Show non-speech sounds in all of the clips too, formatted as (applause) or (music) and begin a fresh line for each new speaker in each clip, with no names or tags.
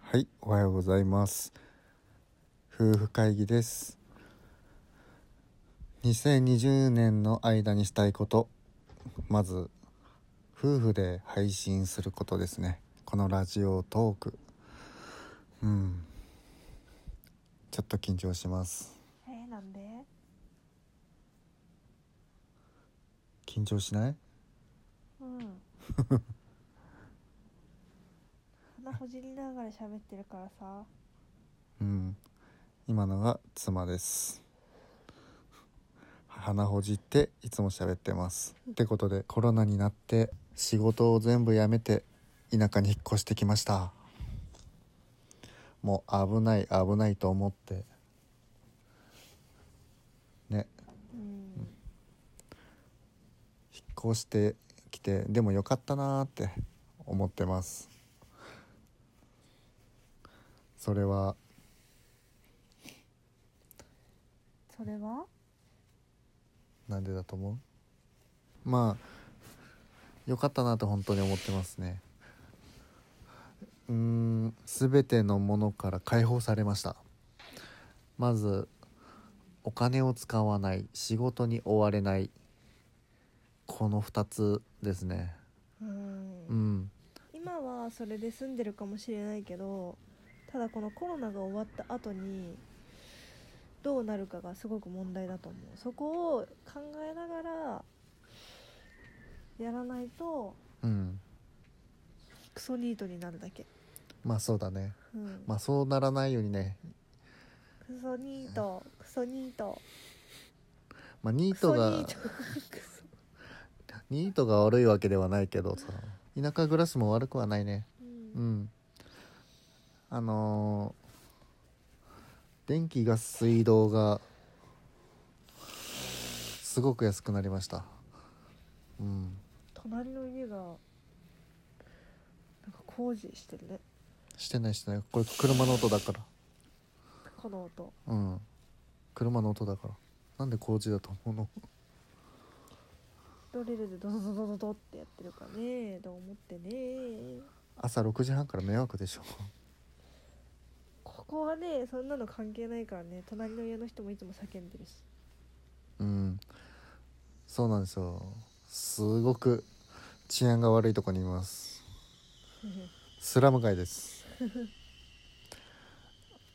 はい、おはようございます。夫婦会議です。2020年の間にしたいこと、まず夫婦で配信することですね。このラジオトーク、うん、ちょっと緊張します。
えー、なんで
緊張しない？
うん鼻ほじりながら喋ってるからさ
うん、今のが妻です。 (laughs) 鼻ほじっていつも喋ってます。ってことでコロナになって仕事を全部やめて田舎に引っ越してきました。もう危ない危ないと思ってね
うん
引っ越してきてでもよかったなーって思ってますそれは
それは
なんでだと思うまあよかったなと本当に思ってますねうーん全てのものから解放されましたまずお金を使わない仕事に追われないこの2つですね
う
うんん
今はそれで住んでるかもしれないけどただこのコロナが終わった後にどうなるかがすごく問題だと思うそこを考えながらやらないと
うん
クソニートになるだけ、
まあそうだね
うん、
まあそうならないようにね
クソニートクソニート
まあニ
ク
ート
ソニ
が (laughs)
ート (laughs) クソ
ニートが悪いわけではないけどさ田舎暮らしも悪くはないね
うん
うんあのー電気ガス水道がすごく安くなりましたうん
隣の家がなんか工事してるね
してないしてないこれ車の音だから
この音
うん車の音だからなんで工事だと思うの
ドリルでドドドドドドってやってるかねと思ってね
朝6時半から迷惑でしょ
ここはねそんなの関係ないからね隣の家の人もいつも叫んでるし
うんそうなんですよすごく治安が悪いとこにいますスラム街です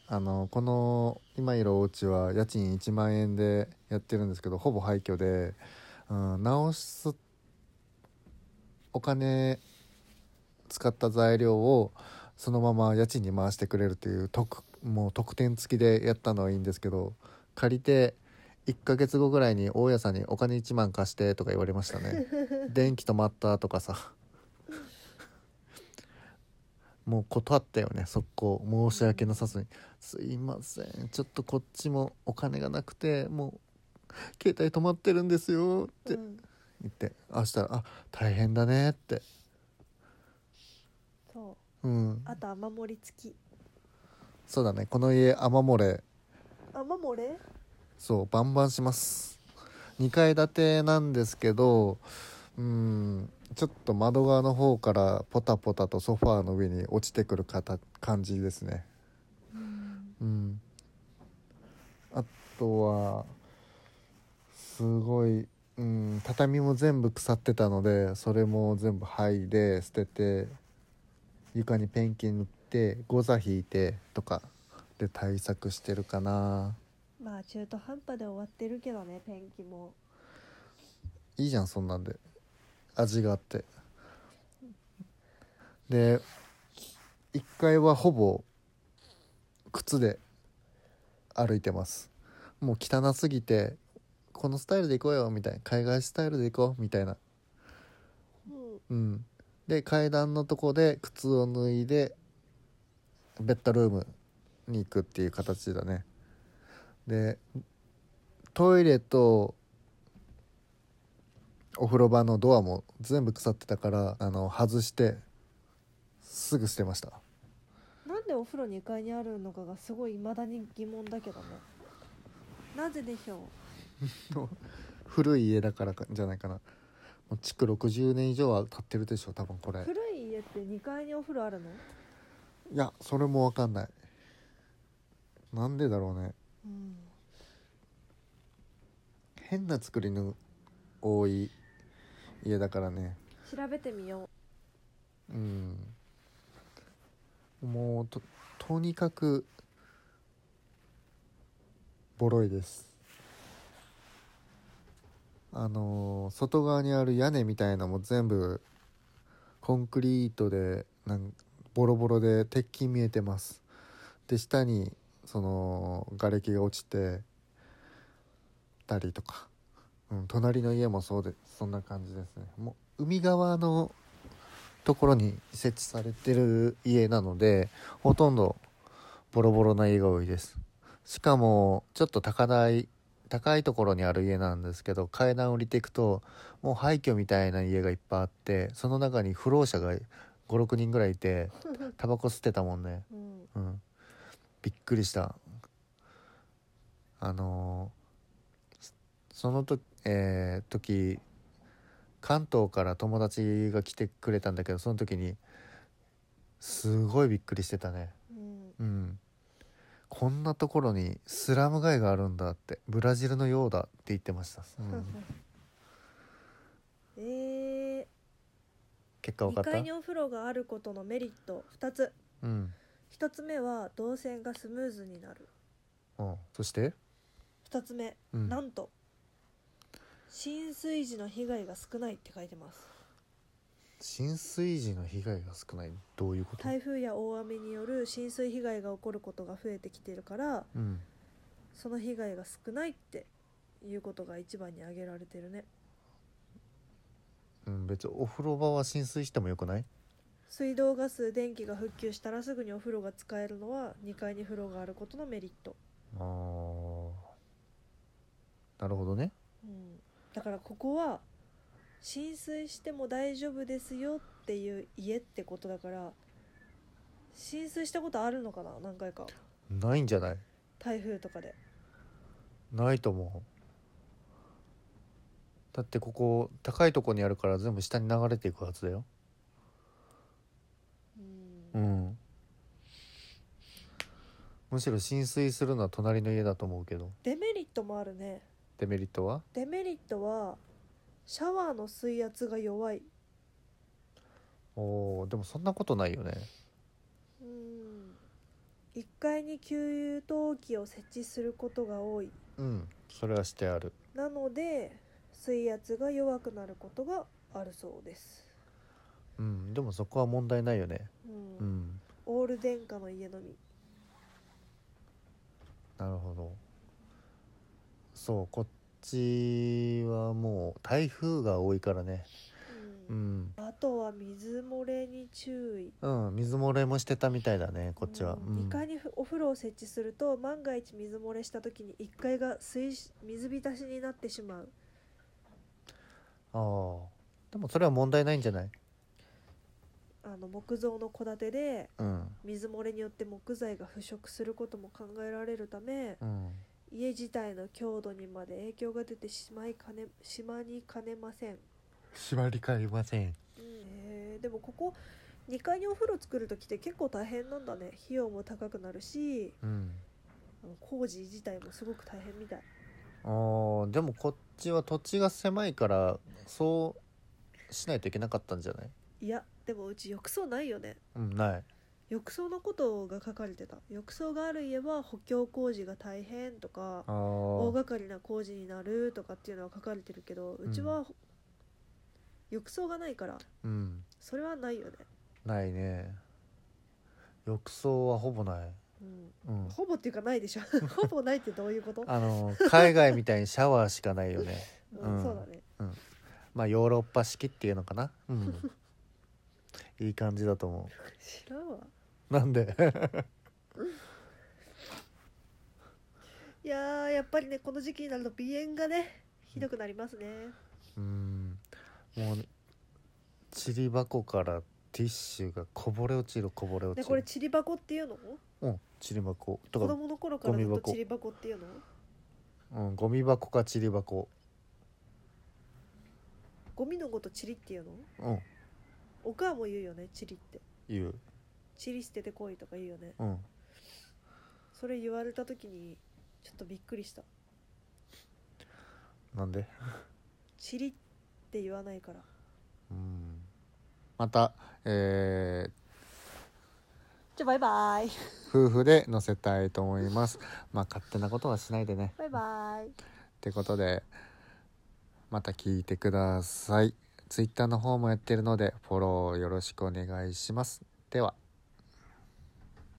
あのこの今いるお家は家賃1万円でやってるんですけどほぼ廃墟で、うん、直すお金使った材料をそのまま家賃に回してくれるという特もう特典付きでやったのはいいんですけど借りて1ヶ月後ぐらいに大家さんに「お金1万貸して」とか言われましたね電気止まったとかさもう断ったよね速攻申し訳なさずに「すいませんちょっとこっちもお金がなくてもう携帯止まってるんですよ」って
うん
言ってあしたら「あ大変だね」って
そう
うん
あと雨漏り付き
そうだねこの家雨漏れ
雨漏れ
そうバンバンします2階建てなんですけどうんちょっと窓側の方からポタポタとソファーの上に落ちてくるかた感じですねうんあとはすごい、うん、畳も全部腐ってたのでそれも全部剥いで捨てて床にペンキ塗ってゴザ引いてとかで対策してるかな
まあ中途半端で終わってるけどねペンキも
いいじゃんそんなんで味があってで1階はほぼ靴で歩いてますもう汚すぎてこのスタイルで行こうよみたいな海外スタイルで行こうみたいな
うん
うんで階段のとこで靴を脱いでベッドルームに行くっていう形だねでトイレとお風呂場のドアも全部腐ってたからあの外してすぐ捨てました
なんでお風呂2階にあるのかがすごい未だに疑問だけどねなぜでしょ
古い家だからかじゃないかなもう築60年以上は経ってるでしょ多分こ
う
れ
古い家って2階にお風呂あるの
いやそれもわかんないなんでだろうね
うん
変な作りの多い家だからね
調べてみよ
うんもうととにかくボロいですあのー外側にある屋根みたいなのも全部コンクリートでなんボロボロで鉄筋見えてますで下にその瓦礫が落ちてたりとか、うん、隣の家もそうでそんな感じですねもう海側のところに設置されてる家なのでほとんどボロボロな家が多いですしかもちょっと高台高いところにある家なんですけど階段降りていくともう廃墟みたいな家がいっぱいあってその中に不老者が56人ぐらいいて
う
タバコ吸ってたもんね
うん
うんびっくりしたあのーそのと、えー時関東から友達が来てくれたんだけどその時にすごいびっくりしてたね
うん
うんこんなところにスラム街があるんだってブラジルのようだって言ってました、うん
えー、
結果分か
2
った
階にお風呂があることのメリット2つ
うん、
1つ目は動線がスムーズになる
うん、そして、
2つ目、
うん、
なんと浸水時の被害が少ないって書いてます
浸水時の被害が少ないどういうこと、
台風や大雨による浸水被害が起こることが増えてきてるから
うん
その被害が少ないっていうことが一番に挙げられてるね
うん、別にお風呂場は浸水してもよくない
水道ガス電気が復旧したらすぐにお風呂が使えるのは2階に風呂があることのメリット、
あーなるほどね
うん、だからここは浸水しても大丈夫ですよっていう家ってことだから浸水したことあるのかな何回か
ないんじゃない
台風とかで
ないと思うだってここ高いとこにあるから全部下に流れていくはずだよ
う
うんんむしろ浸水するのは隣の家だと思うけど
デメリットもあるね
デメリットは
デメリットはシャワーの水圧が弱い
おーでもそんなことないよね
うん1階に給湯器を設置することが多い
うんそれはしてある
なので水圧が弱くなることがあるそうです、
うんでもそこは問題ないよね
うん
うん
オール電化の家飲み
なるほどそうこっちはもう台風が多いからね
う
うんん、
あとは水漏れに注意
うん、水漏れもしてたみたいだねこっちは、
う
うんん
2階にふお風呂を設置すると万が一水漏れした時に1階が水し水浸しになってしまう
ああでもそれは問題ないんじゃない
あの木造の戸建てで
うん
水漏れによって木材が腐食することも考えられるため
うん
家自体の強度にまで影響が出てしまいかねしまにかねません、うん
縛り替えません
へーでもここ2階にお風呂作る時って結構大変なんだね費用も高くなるし
うん
あの工事自体もすごく大変みたい
あーでもこっちは土地が狭いからそうしないといけなかったんじゃない
いやでもうち浴槽ないよね
うんない
浴槽のことが書かれてた浴槽がある家は補強工事が大変とか
あ
大
ー
掛かりな工事になるとかっていうのは書かれてるけどうちは、浴槽がないから
うん
それはないよね、
ないね浴槽はほぼない
うん、
うん
ほぼっていうかないでしょ (laughs) ほぼないってどういうこと、
あの海外みたいにシャワーしかないよね (laughs)
うん
うん
そうだね
まあヨーロッパ式っていうのかなうん
(laughs)
いい感じだと思
知らんわ
うなんで (laughs)
いやーやっぱりねこの時期になると鼻炎がねひどくなりますね
うんもうちり箱からティッシュがこぼれ落ちるこぼれ落
で
ち
これ
る
ちり箱っていうの
うんちり箱と
子
か、
供の頃からずっ
ゴミ
と
箱
ちり箱っていうの
うん、ゴミ箱かちり箱
ゴミのことちりっていうの
うん
お母も言うよねちりって
いう
チリ捨ててこいとか言うよね
うん
それ言われた時にちょっとびっくりした
なんで
チリって言わないから
うんまた、えー、
じゃあバイバイ
夫婦で載せたいと思いますまあ勝手なことはしないでね
バイバイ
ってことでまた聞いてくださいツイッターの方もやってるのでフォローよろしくお願いしますでは